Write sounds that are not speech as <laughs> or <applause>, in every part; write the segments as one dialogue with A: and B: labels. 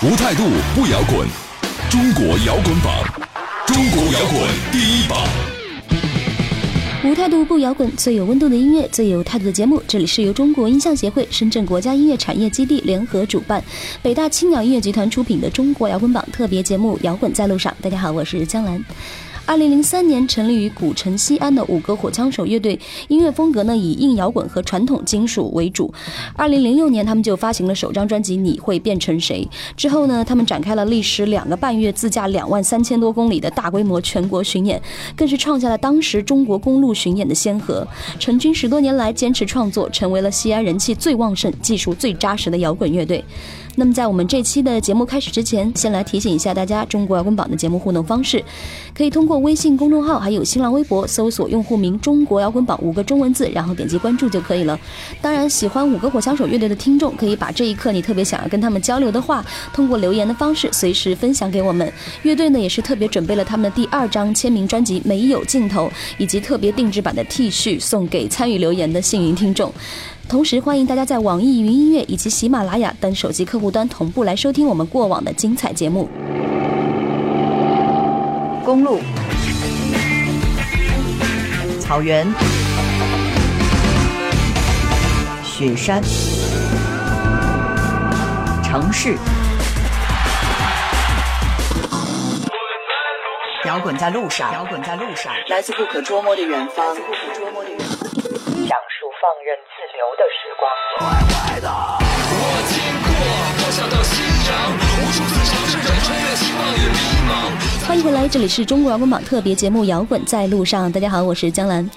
A: 无态度不摇滚，中国摇滚榜，中国摇滚第一榜。
B: 无态度不摇滚，最有温度的音乐，最有态度的节目。这里是由中国音像协会深圳国家音乐产业基地联合主办，北大青鸟音乐集团出品的《中国摇滚榜》特别节目《摇滚在路上》。大家好，我是江兰。二零零三年成立于古城西安的五个火枪手乐队，音乐风格呢以硬摇滚和传统金属为主。二零零六年，他们就发行了首张专辑《你会变成谁》。之后呢，他们展开了历时两个半月、自驾两万三千多公里的大规模全国巡演，更是创下了当时中国公路巡演的先河。成军十多年来坚持创作，成为了西安人气最旺盛、技术最扎实的摇滚乐队。那么，在我们这期的节目开始之前，先来提醒一下大家中国摇滚榜的节目互动方式，可以通过微信公众号还有新浪微博搜索用户名“中国摇滚榜”五个中文字，然后点击关注就可以了。当然，喜欢五个火枪手乐队的听众，可以把这一刻你特别想要跟他们交流的话，通过留言的方式随时分享给我们。乐队呢也是特别准备了他们的第二张签名专辑《没有尽头》，以及特别定制版的 T 恤送给参与留言的幸运听众。同时，欢迎大家在网易云音乐以及喜马拉雅等手机客户端同步来收听我们过往的精彩节目。
C: 公路、草原、雪山、城市，摇滚在路上，摇滚在路上，
D: 来自不可捉摸的远方，
C: 不可捉摸的远方。
E: 讲述放任自流的时光。
F: 坏坏的，我经过，咆哮到心痒，无处自藏，试着穿越希望与迷茫。
B: 欢迎回来，这里是中国摇滚榜特别节目《摇滚在路上》。大家好，我是江兰。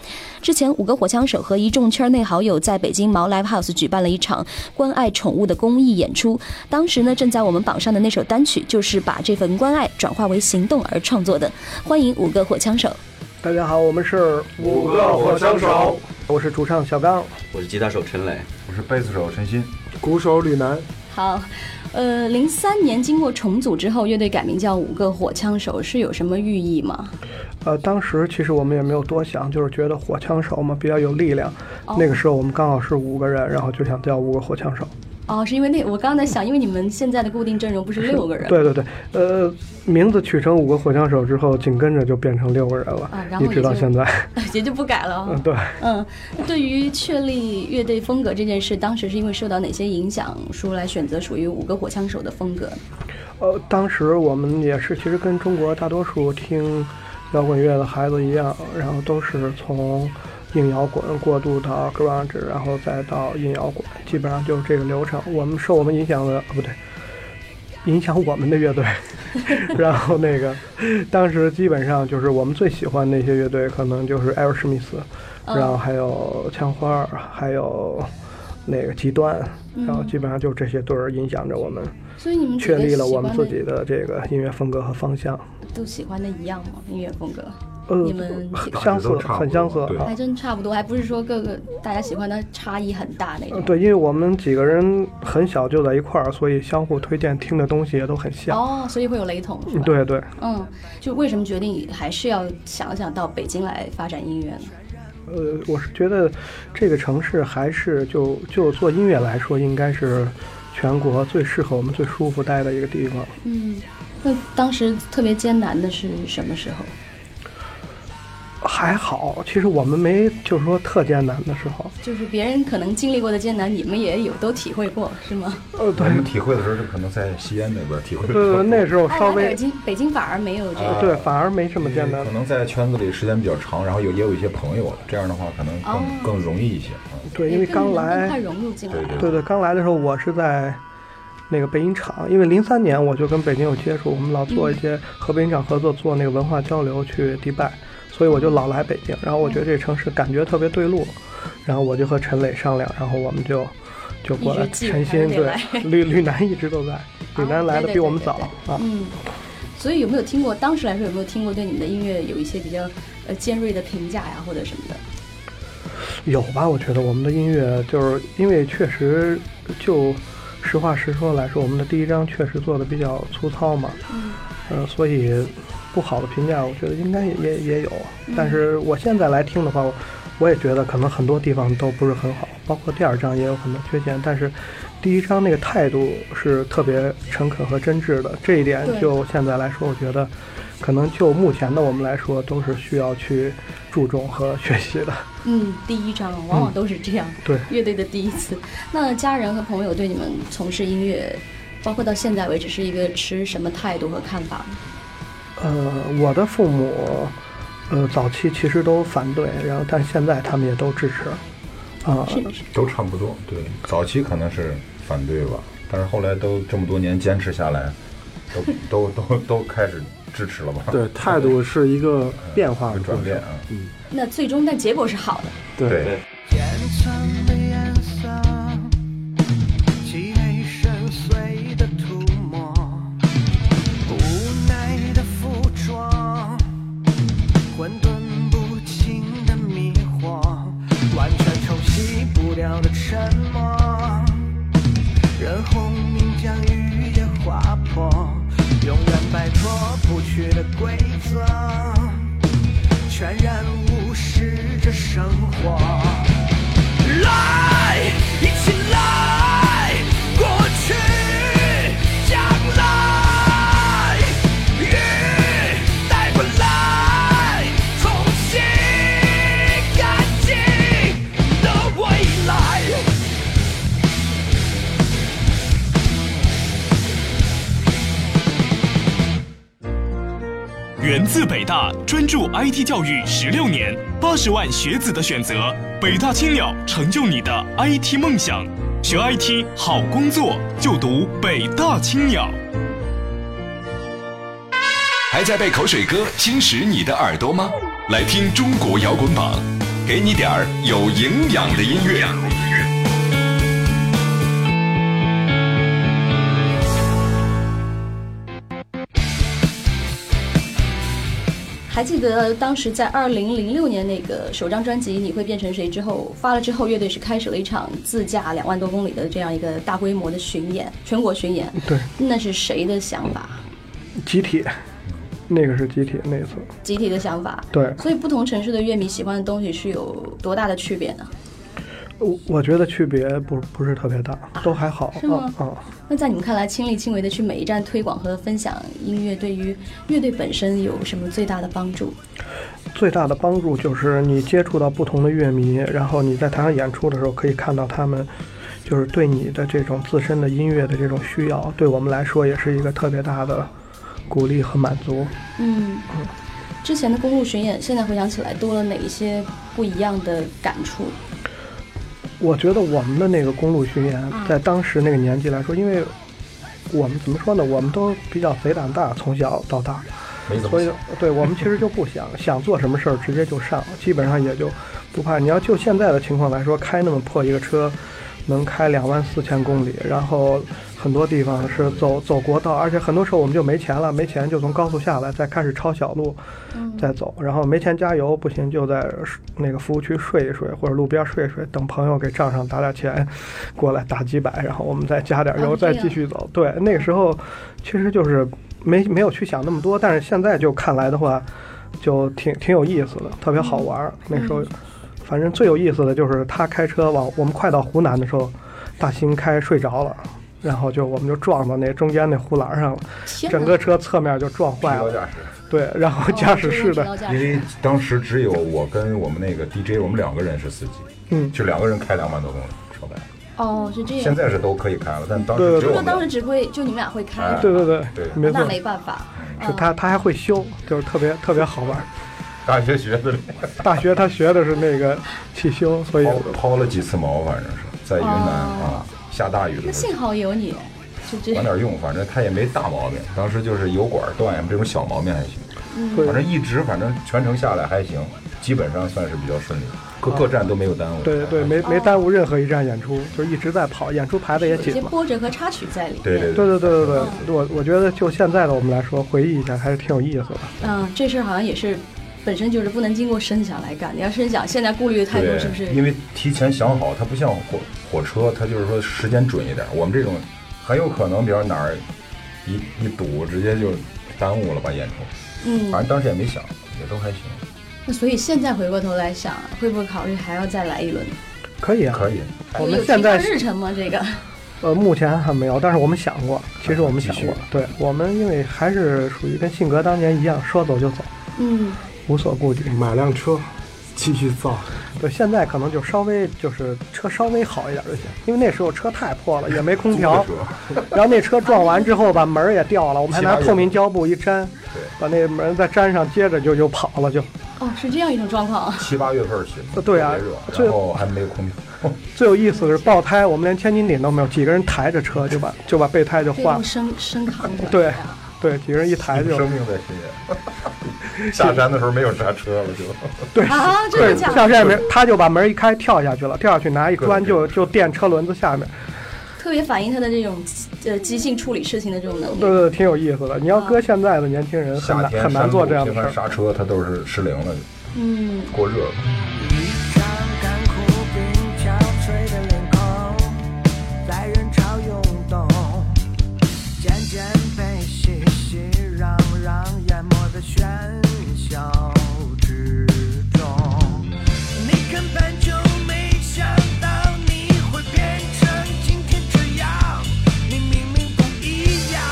B: 之前，五个火枪手和一众圈内好友在北京毛 Live House 举办了一场关爱宠物的公益演出。当时呢，正在我们榜上的那首单曲，就是把这份关爱转化为行动而创作的。欢迎五个火枪手。
G: 大家好，我们是
H: 五个火枪手，
G: 我是主唱小刚，
I: 我是吉他手陈磊，
J: 我是贝斯手陈鑫，
K: 鼓手吕楠。
B: 好，呃，零三年经过重组之后，乐队改名叫五个火枪手，是有什么寓意吗？
G: 呃，当时其实我们也没有多想，就是觉得火枪手嘛比较有力量。Oh.
B: 哦
G: 那个时候我们刚好是五个人，然后就想叫五个火枪手。
B: 哦，是因为那我刚刚在想，因为你们现在的固定阵容不是六个人？
G: 对对对，呃，名字取成五个火枪手之后，紧跟着就变成六个人了，
B: 啊、然后
G: 一直到现在
B: <laughs> 也就不改了、哦。
G: 嗯， <laughs> 对，
B: 嗯，对于确立乐队风格这件事，当时是因为受到哪些影响，说来选择属于五个火枪手的风格？
G: 呃，当时我们也是，其实跟中国大多数听摇滚乐的孩子一样，然后都是从。硬摇滚过渡到 grunge，然后再到硬摇滚，基本上就是这个流程。我们受我们影响的，啊、不对，影响我们的乐队。 <laughs> 然后那个，当时基本上就是我们最喜欢的一些乐队，可能就是艾尔史密斯，然后还有枪花，还有那个极端，然后基本上就这些队儿影响着我们。
B: 所以你们
G: 确立了我们自己的这个音乐风格和方向。
B: 都喜欢的一样吗？音乐风格？
G: 呃，
B: 你们哦
G: 相似，很相似，
B: 还真差不多，还不是说各个大家喜欢的差异很大那种。
G: 呃对，因为我们几个人很小就在一块儿，所以相互推荐听的东西也都很像。
B: 哦，所以会有雷同。
G: 对对。
B: 嗯，就为什么决定还是要想想到北京来发展音乐呢？
G: 呃，我是觉得这个城市还是就就做音乐来说，应该是全国最适合我们、最舒服待的一个地方。
B: 嗯，那当时特别艰难的是什么时候？
G: 还好，其实我们没就是说特艰难的时候，
B: 就是别人可能经历过的艰难，你们也有都体会过，是吗？
G: 呃，对，
J: 我们体会的时候就可能在西安那边体会。
L: 嗯
G: 呃，那时候稍微、
B: 哎、北京北京反而没有这个、
G: 啊，对，嗯反而没什么艰难。
J: 可能在圈子里时间比较长，然后有也有一些朋友，这样的话可能更、哦、更容易一些。
G: 对，因为刚来，
B: 快融入进来。
J: 对
G: 对对，刚来的时候我是在。那个北影厂，因为零三年我就跟北京有接触，我们老做一些和北影厂合作，做那个文化交流，去迪拜，所以我就老来北京。然后我觉得这城市感觉特别对路，然后我就和陈磊商量，然后我们就就 <laughs> 哦过来。陈鑫对，吕吕楠一直都在，吕楠来的比我们早
B: 啊。嗯，
M: 所以有没有听过当时来说有没有听过对你们的音乐有一些比较呃尖锐的评价呀或者什么的？
G: 有吧？我觉得我们的音乐就是因为确实就实话实说来说，我们的第一张确实做的比较粗糙嘛，
M: 嗯，
G: 呃，所以不好的评价我觉得应该也也也有。
M: 嗯
G: 但是我现在来听的话，我我也觉得可能很多地方都不是很好，包括第二张也有很多缺陷。但是第一张那个态度是特别诚恳和真挚的，这一点
M: 对
G: 就现在来说，我觉得可能就目前的我们来说，都是需要去注重和学习的。
M: 嗯，第一张往往都是这样，
G: 对
M: 乐队的第一次。那家人和朋友对你们从事音乐，包括到现在为止，是一个持什么态度和看法？
G: 呃，我的父母，呃，早期其实都反对，然后但现在他们也都支持，啊、
J: 都差不多。对，早期可能是反对吧，但是后来都这么多年坚持下来，都 <laughs> 都都都开始支持了吧？
G: 对，态度是一个变化的
J: 转变啊。
G: 嗯，
M: 那最终但结果是好的。
J: 对。
N: 漆黑深邃的涂抹，无奈的附着，混沌不清的迷惑，完全冲洗不掉的沉默。人红名将雨夜划破，永远摆脱不去的规则，全然无视着生活。来，一起来，过去，将来，雨带回来，重新干净的未来。
I: 源自北大，专注 IT 教育十六年，八十万学子的选择，北大青鸟成就你的 IT 梦想。学 IT 好工作，就读北大青鸟。
A: 还在被口水歌侵蚀你的耳朵吗？来听中国摇滚榜，给你点儿有营养的音乐。
M: 还记得当时在二零零六年那个首张专辑《你会变成谁》之后发了之后，乐队是开始了一场自驾两万多公里的这样一个大规模的巡演，全国巡演。
G: 对，
M: 那是谁的想法？
G: 集体， <laughs> 那个是集体那一次，
M: 集体的想法。
G: 对
M: 所以不同城市的乐迷喜欢的东西是有多大的区别呢？
G: 我我觉得区别不不是特别大，都还好。
M: 是吗
G: 啊啊，
M: 那在你们看来，亲力亲为的去每一站推广和分享音乐，对于乐队本身有什么最大的帮助？
G: 最大的帮助就是你接触到不同的乐迷，然后你在台上演出的时候可以看到他们，就是对你的这种自身的音乐的这种需要，对我们来说也是一个特别大的鼓励和满足。
M: 嗯，之前的公路巡演，现在回想起来多了哪一些不一样的感触？
G: 我觉得我们的那个公路巡演
M: 嗯，
G: 在当时那个年纪来说，因为我们怎么说呢，我们都比较贼胆大，从小到大，
J: 没怎么
G: 所以对我们其实就不想想做什么事儿直接就上，基本上也就不怕。你要就现在的情况来说，开那么破一个车，能开两万四千公里，然后很多地方是走走国道，而且很多时候我们就没钱了，没钱就从高速下来，再开始抄小路，
M: 嗯
G: 再走，然后没钱加油不行，就在那个服务区睡一睡，或者路边睡一睡，等朋友给账上打点钱，过来打几百，然后我们再加点油，
M: 哦这
G: 再
M: 样
G: 继续走。对，那个时候其实就是没没有去想那么多，但是现在就看来的话，就挺挺有意思的，特别好
M: 嗯
G: 玩儿。那时候，反正最有意思的就是他开车往我们快到湖南的时候，大兴开睡着了。然后就我们就撞到那中间那护栏上了，
M: 天哪哦
G: 整个车侧面就撞坏了。对，然后驾驶室的，
J: 因为当时只有我跟我们那个 DJ，我们两个人是司机，
G: 嗯，
J: 就两个人开两万多公里车呗。
M: 哦，是这样。
J: 现在是都可以开了，但当
G: 对
J: 时
G: 对
J: 只有我
M: 那
J: 们
M: 当时只会就你们俩会开
J: 哎，
G: 对对对，
J: 对
G: 没
M: 那
G: 错，
M: 没办法。
G: 就他他还会修，就是特别特别好玩儿。
J: 大学学的，
G: 大学他学的是那个汽修，所以
J: <laughs> 抛抛了几次锚，反正是在云南
M: 哦
J: 啊，下大雨
M: 那
J: 的时候
M: 幸好有你，就这
J: 管点用，反正他也没大毛病，当时就是油管断呀，这种小毛病还行。
M: 嗯
J: 反正一直反正全程下来还行，基本上算是比较顺利，各
G: 啊
J: 各站都没有耽误。
G: 对对对，
M: 哦
G: 没没耽误任何一站演出，就一直在跑，演出排的也
M: 有一些
G: 紧嘛。
M: 波折和插曲在里面。
J: 对对
G: 对对对对对，我我觉得就现在的我们来说，回忆一下还是挺有意思的。
M: 嗯，这事儿好像也是本身就是不能经过声响来干，你要声响，现在顾虑的太多，
J: 对，
M: 是不是？
J: 因为提前想好，它不像火火车，它就是说时间准一点。我们这种很有可能，比如哪儿一一堵，直接就耽误了吧演出。
M: 嗯
J: 反，正当时也没想，也都还行。
M: 那所以现在回过头来想，会不会考虑还要再来一轮？
G: 可以啊，
J: 可以。
G: 我
M: 有
G: 们
M: 提
G: 现在
M: 上日程吗？这个
G: 呃，目前还没有，但是我们想过，其实我们想过，对我们因为还是属于跟信格当年一样，说走就走，
M: 嗯，
G: 无所顾忌，
K: 买辆车，继续造。
G: 对，现在可能就稍微就是车稍微好一点就行，因为那时候车太破了，也没空
K: <laughs>
G: 调
J: 租，
G: 然后那车撞完之后吧，门儿也掉了，我们还拿透明胶布一粘，把那门再粘上，接着就就跑了就。
M: 哦，是这样一种状况啊。
J: 七八月份去，
G: 对啊
J: 特别热，
G: 最
J: 然后还没有空调。
G: <laughs> 最有意思的是爆胎，我们连千斤顶都没有，几个人抬着车就把就把备胎就
M: 可以
G: 换
M: 用
G: 了，
M: 生生扛着。
G: 对对，几个人一抬就
J: 生命在身
G: <laughs>
J: 边。下山的时候没有刹车了，就
G: 对
M: 啊，
G: <laughs>
M: 真
G: 对，
M: 的假的？
G: 下山也没，他就把门一开跳下去了，跳下去拿一砖就就垫车轮子下面，
M: 特别反映他的这种呃即兴处理事情的这种能力。
G: 对对，呃挺有意思的。你要搁
M: 嗯
G: 现在的年轻人，很
J: 夏
G: 难
J: 天
G: 很难做这样的事
J: 山路
G: 儿
J: 频。繁刹车，它都是失灵了，
M: 嗯，
J: 过热了。
N: 干枯冰憔悴的脸孔，在人潮涌动，渐渐被熙熙攘攘淹没在喧嚣之中。你根本就没想到你会变成今天这样，你明明不一样，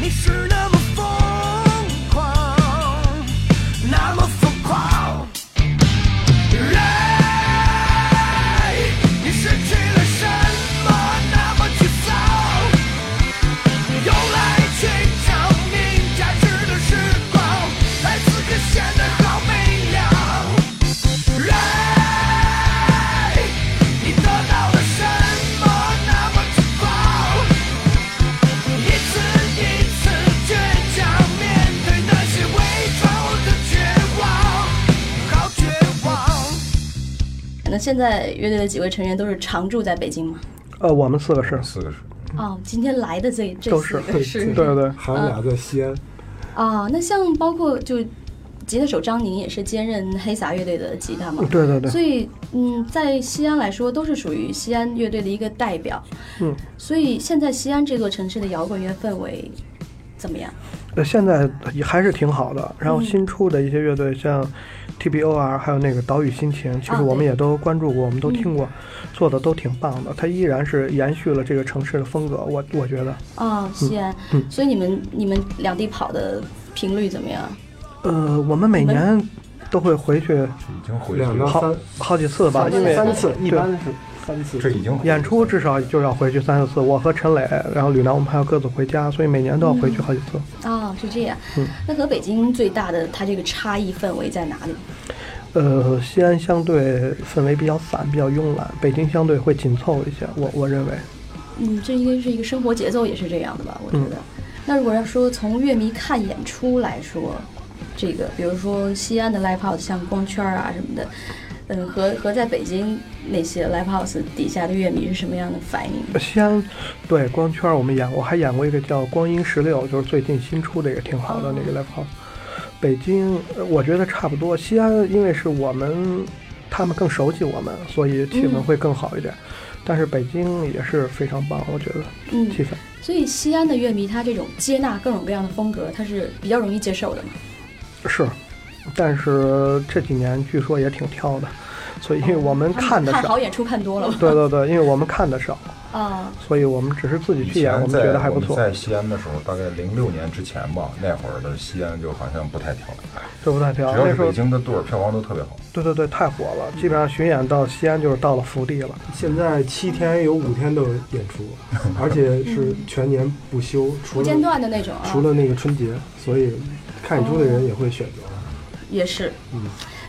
N: 你是那么疯狂，那么疯狂。Ray，你失去了什么那么沮丧？用来去证明价值的时光，在此刻显得好悲凉。Ray，你得到了什么那么粗暴？一次一次倔强面对那些伪装的绝望。好绝望。
M: 那现在乐队的几位成员都是常住在北京吗？
G: 呃，我们四个是
J: 四个是，
M: 哦，今天来的这这
G: 都
M: 四
G: 是
M: 个是，
G: 对对，
K: 还有俩在西安，
M: 啊，那像包括就吉他手张宁也是兼任黑撒乐队的吉他嘛，
G: 对对对
M: 所以嗯，在西安来说都是属于西安乐队的一个代表，
G: 嗯，
M: 所以现在西安这座城市的摇滚乐氛围怎么样？
G: 呃，现在也还是挺好的。然后
M: 嗯
G: 新出的一些乐队，像 T B O 啊 R，还有那个岛屿心情，其
M: 啊
G: 实我们
M: 对
G: 也都关注过，我们都
M: 嗯
G: 听过，做的都挺棒的。它依然是延续了这个城市的风格，我我觉得。
M: 哦，西安，
G: 嗯嗯
M: 所以你们你们两地跑的频率怎么样？
G: 呃，我们每
M: 你们
G: 年都会回去
J: 已经回去
K: 两到
G: 好
K: 三
G: 好几次吧，
K: 三
G: 因为
K: 三次，
G: 对
K: 一般是三次。
J: 这已经
G: 演出至少就要回去三四次。我和陈磊，然后吕楠，我们还要各自回家，所以每年都要回去好几次。
M: 哦，是这样，
G: 嗯
M: 那和北京最大的它这个差异氛围在哪里？
G: 呃，西安相对氛围比较散，比较慵懒，北京相对会紧凑一些。我我认为，
M: 嗯，这应该是一个生活节奏也是这样的吧？我觉
G: 嗯
M: 得。那如果要说从乐迷看演出来说，这个比如说西安的 live house，像光圈啊什么的，嗯，和和在北京那些 live house 底下的乐迷是什么样的反应？
G: 呃西安对光圈我们演过，还演过一个叫《光阴十六》，就是最近新出的也挺好的那
M: 哦
G: 个 live house。北京呃我觉得差不多，西安因为是我们他们更熟悉我们，所以气氛
M: 嗯
G: 会更好一点。但是北京也是非常棒，我觉得
M: 嗯
G: 气氛。
M: 所以西安的乐迷他这种接纳各种各样的风格，他是比较容易接受的嘛。
G: 是，但是这几年据说也挺挑的，所以我们
M: 哦他们
G: 看的
M: 看
G: 少
M: 好。演出看多了吧？
G: 对对对，因为我们看的少，
M: 啊，
G: 所以我们只是自己
J: 以
G: 去演，
J: 前
G: 我们
J: 在
G: 觉得还不
J: 我
G: 错
J: 们，在西安的时候，大概零六年之前吧，那会儿的西安就好像不太挑，
G: 对不太
J: 只
G: 挑。
J: 要
G: 啊
J: 是
G: 那时
J: 北
G: 候，
J: 京的队儿，票房都特别好。
G: 对对对，太火了，
M: 嗯
G: 基本上巡演到西安就是到了福地了。
K: 现在七天有五天都有演
G: <laughs>
K: 出，而且是全年不休，除
M: 嗯不间
K: 了
M: 断的那种啊，
K: 除了那个春节，所以看演出的人也会选择。
M: 也是。
K: 嗯，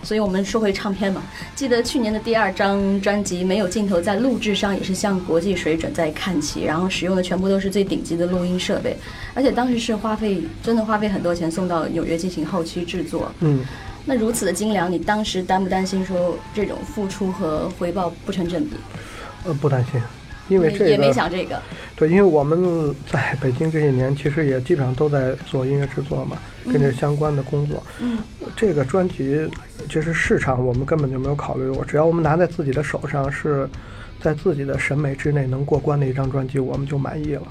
M: 所以我们说回唱片嘛，记得去年的第二张专辑《没有尽头》在录制上也是向国际水准在看齐，然后使用的全部都是最顶级的录音设备，而且当时是花费真的花费很多钱送到纽约进行后期制作。
G: 嗯，
M: 那如此的精良，你当时担不担心说这种付出和回报不成正比？
G: 呃，不担心，因哎为这个
M: 也没想这个。
G: 对，因为我们在北京这些年，其实也基本上都在做音乐制作嘛，跟这相关的工作。呃
M: 嗯，
G: 这个专辑其实市场我们根本就没有考虑过，只要我们拿在自己的手上，是在自己的审美之内能过关的一张专辑，我们就满意了。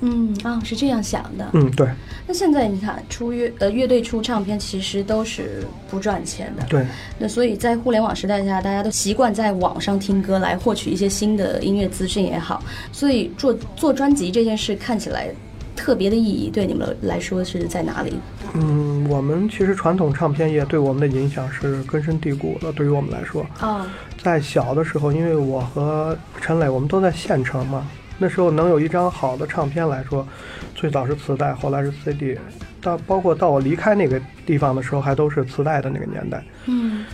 M: 嗯啊、是这样想的。
G: 嗯，对，
M: 那现在你看，出乐呃乐队出唱片其实都是不赚钱的。
G: 对，
M: 那所以在互联网时代下，大家都习惯在网上听歌来获取一些新的音乐资讯也好，所以做做专辑这件事看起来特别的意义对你们来说是在哪里？
G: 嗯，我们其实传统唱片业对我们的影响是根深蒂固的，对于我们来说。
M: 啊，
G: 在小的时候，因为我和陈磊我们都在县城嘛，那时候能有一张好的唱片来说，最早是磁带，后来是 CD，到包括到我离开那个地方的时候，还都是磁带的那个年代。
M: 嗯，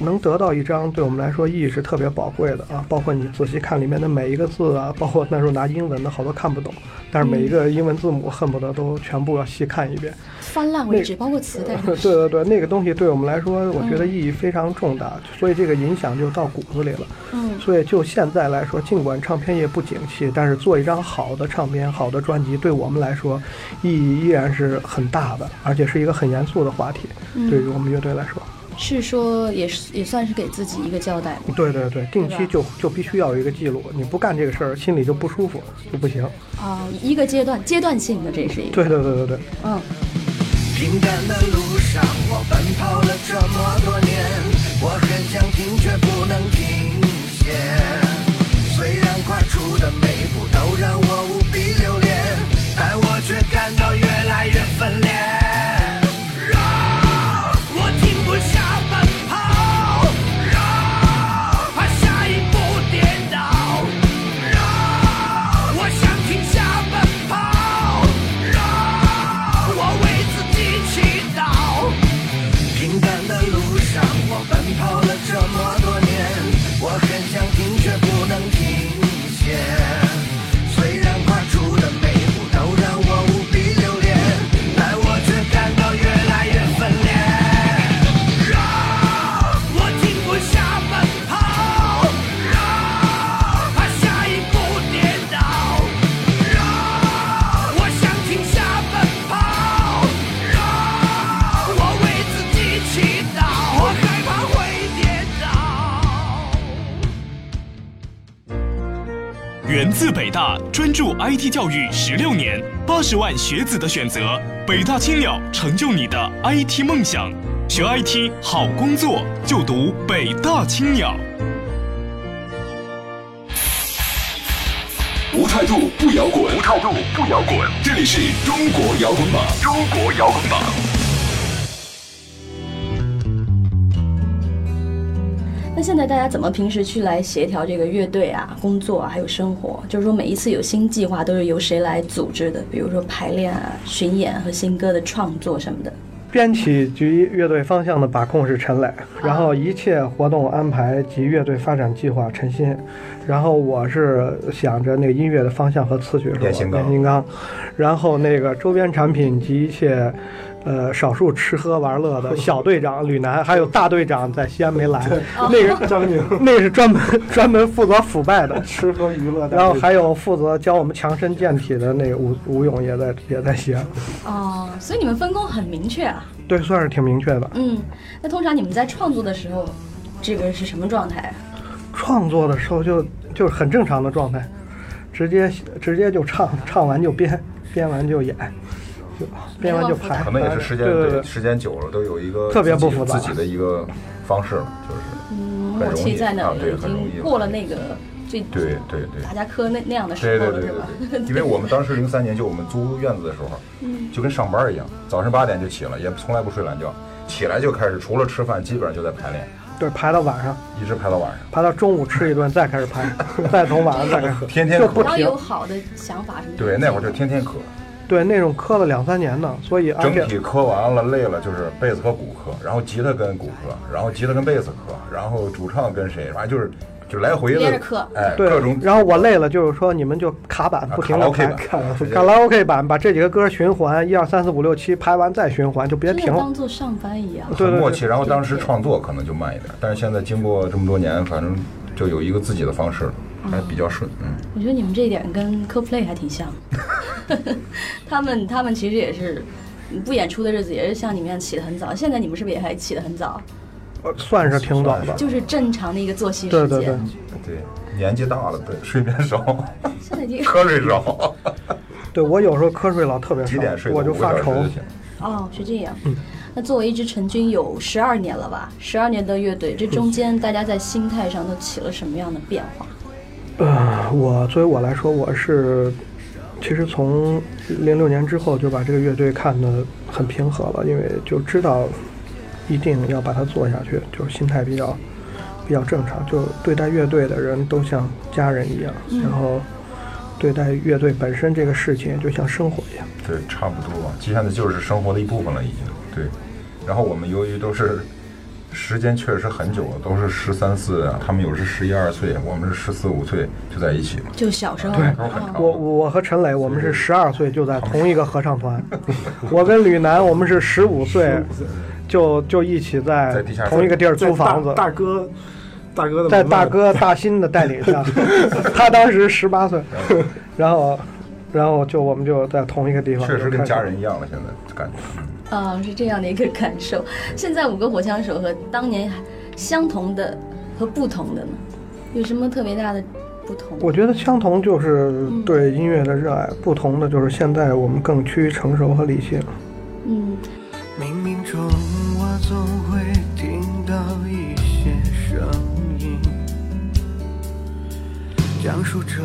G: 能得到一张对我们来说意义是特别宝贵的啊！包括你仔细看里面的每一个字啊，包括那时候拿英文的好多看不懂，但是每一个英文字母恨不得都全部要细看一遍。
M: 翻烂为止，包括磁带。
G: <laughs> 对
M: 嗯
G: 对对，那个东西对我们来说，我觉得意义非常重大，所以这个影响就到骨子里了。
M: 嗯，
G: 所以就现在来说，尽管唱片业不景气，但是做一张好的唱片、好的专辑，对我们来说意义依然是很大的，而且是一个很严肃的话题，
M: 嗯
G: 对于我们乐队来说。
M: 是说也是也算是给自己一个交代嘛。
G: 对对对，定期就就必须要有一个记录，你不干这个事儿，心里就不舒服，就不行。
M: 啊、一个阶段阶段性的，这是一个。
G: 对对对对对，
M: 嗯。
N: 平坦的路上，我奔跑了这么多年，我很想停，却不能停歇。虽然跨出的每步都让我无比留恋，但我却感到越来越分裂。让我停不下奔跑，让怕下一步跌倒，让我想停下奔跑，让。我为自己祈祷。平坦的路上，我奔跑了这么多年，我很想停，却不能停歇。虽然跨出的每一步都让我无比留恋，但我却感到越来越分裂。让我停不下奔跑，让怕下一步跌倒。我想停下奔跑，让我为自己祈祷。我害怕会跌
I: 源自北大，专注 IT 教育十六年，八十万学子的选择，北大青鸟成就你的 IT 梦想。学 IT 好工作就读北大青鸟。
A: 无态度不摇滚，无态度不摇滚。这里是中国摇滚榜，中国摇滚榜。
M: 那现在大家怎么平时去来协调这个乐队啊、工作啊，还有生活？就是说每一次有新计划都是由谁来组织的？比如说排练啊、巡演和新歌的创作什么的。
G: 编曲及乐队方向的把控是陈磊，然后一切活动安排及乐队发展计划陈鑫，然后我是想着那个音乐的方向和词曲是我
J: 变形
G: 变
J: 钢
G: 形钢，然后那个周边产品及一切。呃，少数吃喝玩乐 <laughs> 的小队长吕楠，还有大队长在西安没来，那个张宁， <laughs> 那个是专门专门负责腐败的吃喝娱乐，然后还有负责教我们强身健体的那个吴吴勇也在也在西安，
M: 哦，所以你们分工很明确啊。
G: 对，算是挺明确的。
M: 嗯，那通常你们在创作的时候，这个是什么状态啊？
G: 创作的时候就就是很正常的状态，直接直接就唱，唱完就编，编完就演，就编完就排。
J: 可能也是时间
G: 对哎对对，
J: 时间久了都有一个
G: 特别不
J: 自己
G: 复杂
J: 自己的一个方式了，就是
M: 嗯，
J: 很
M: 默
J: 容易
M: 契在那
J: 啊
M: 里
J: 对
M: 已
J: 很容
M: 经
J: 易
M: 过了那个最
J: 对对
G: <laughs>
J: 对
M: 大家磕那那样的时
J: 对
M: 候
J: 对
M: 了，
J: 对
M: 吧？
J: 对对，因为我们当时零三年就我们租院子的时候，
M: 嗯
J: 就跟上班一样，早上八点就起了，也从来不睡懒觉，起来就开始除了吃饭，基本上就在排练，
G: 对，排到晚上，
J: 一直排到晚上。
G: 排到中午吃一顿，再开始
J: <laughs>
G: 排，再从晚上再开始，
J: 天天
G: 就不
M: 然后
G: 停
M: 有。好的想法什么的。
J: 对，那会儿就天天渴，
G: 对，那种磕了两三年呢，所以
J: 整体磕完了累了，就是贝斯和鼓磕，然后吉他跟鼓磕，然后吉他跟贝斯磕，然后主唱跟谁，反正就是就来回
M: 的
J: 磕，哎，
G: 对
J: 各种。
G: 然后我累了，就是说你们就卡板不停的排， <laughs>
J: 卡
G: 拉 OK 版把这几个歌循环，一二三四五六七排完再循环，就别停了，
M: 当做上班一样。
G: 对
J: 默契。然后当时创作可能就慢一点，但是现在经过这么多年，反正就有一个自己的方式了。还比较顺，嗯，
M: 我觉得你们这一点跟 CoPlay 还挺像， <laughs> 他们他们其实也是不演出的日子，也是像你们一样起得很早。现在你们是不是也还起得很早？
G: 呃，算是挺早的，
M: 就是正常的一个作息时
G: 间。对对对
J: 对，年纪大了，对睡眠少， <laughs>
M: 现在已经
J: 瞌睡少。
G: 对我有时候瞌睡老特别少，
J: 几点睡
G: 我就发愁。
M: 哦，是这样。嗯那作为一支成军有十二年了吧，十二年的乐队，这中间大家在心态上都起了什么样的变化？
G: 呃，我作为我来说，我是其实从零六年之后就把这个乐队看得很平和了，因为就知道一定要把它做下去，就是心态比较比较正常，就对待乐队的人都像家人一样，嗯、然后对待乐队本身这个事情就像生活一样。
J: 对，差不多吧，接下来就是生活的一部分了，已经。对，然后我们由于都是。时间确实很久了，都是十三四啊，他们有时十一二岁，我们是十四五岁就在一起了。
M: 就小时候，
G: 对，我我和陈磊，我们是十二岁就在同一个合唱团。我跟吕楠，我们是十五岁，就就一起在同一个地儿租房子。
K: 大哥，大哥
G: 在大哥大新的带领下， <laughs> 他当时十八岁，然后然后就我们就在同一个地方，
J: 确实跟家人一样了，现在感觉。嗯
M: 啊、哦，是这样的一个感受。现在五个火枪手和当年相同的和不同的呢，有什么特别大的不同？
G: 我觉得相同就是对音乐的热爱，嗯、不同的就是现在我们更趋于成熟和理性。
M: 嗯。
N: 冥冥中我总会听到一些声音，讲述着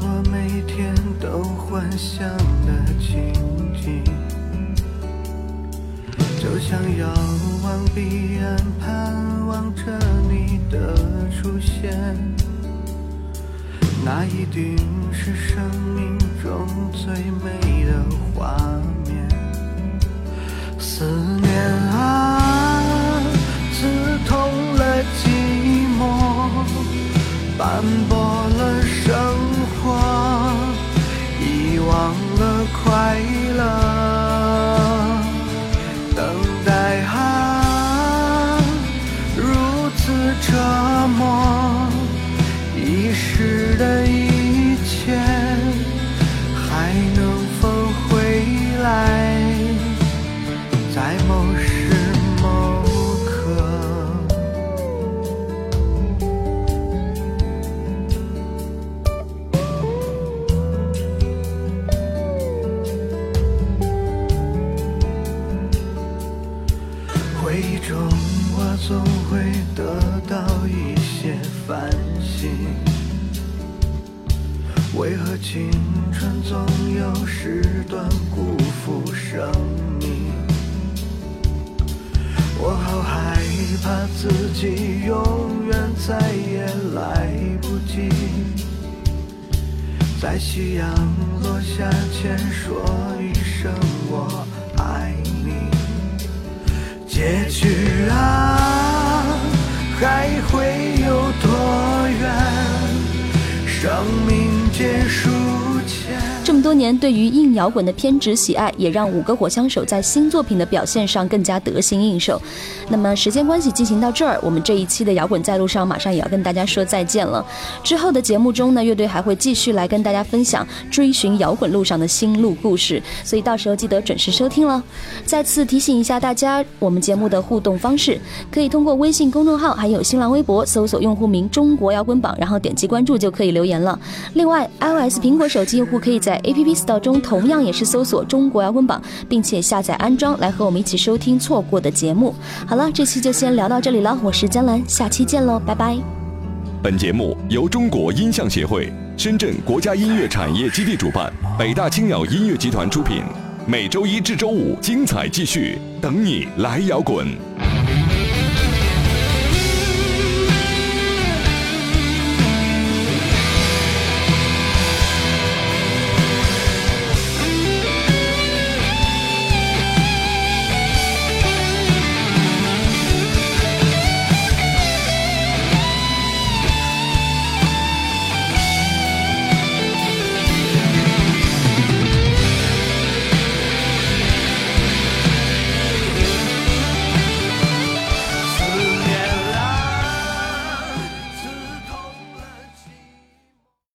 N: 我每天都幻想的情景。就像遥望彼岸，盼望着你的出现。那一定是生命中最美的画面。思念啊，刺痛了寂寞，斑驳了生活，遗忘了快乐。等待啊，如此折磨，一时的一切还能否回来？在某时某刻。回忆中，我总会得到一些反省。为何青春总有时段辜负生命？我好害怕自己永远再也来不及，在夕阳落下前说一声我爱你。结局啊，还会有多远？生命结束前。
B: 这么多年对于硬摇滚的偏执喜爱，也让五个火枪手在新作品的表现上更加得心应手。那么时间关系进行到这儿，我们这一期的摇滚在路上马上也要跟大家说再见了。之后的节目中呢，乐队还会继续来跟大家分享追寻摇滚路上的心路故事，所以到时候记得准时收听了。再次提醒一下大家，我们节目的互动方式可以通过微信公众号还有新浪微博搜索用户名“中国摇滚榜”，然后点击关注就可以留言了。另外，iOS 苹果手机用户可以在 App Store 中同样也是搜索“中国摇滚榜”，并且下载安装来和我们一起收听错过的节目。好了，这期就先聊到这里了，我是江兰，下期见喽，拜拜。
A: 本节目由中国音像协会深圳国家音乐产业基地主办，北大青鸟音乐集团出品，每周一至周五精彩继续，等你来摇滚。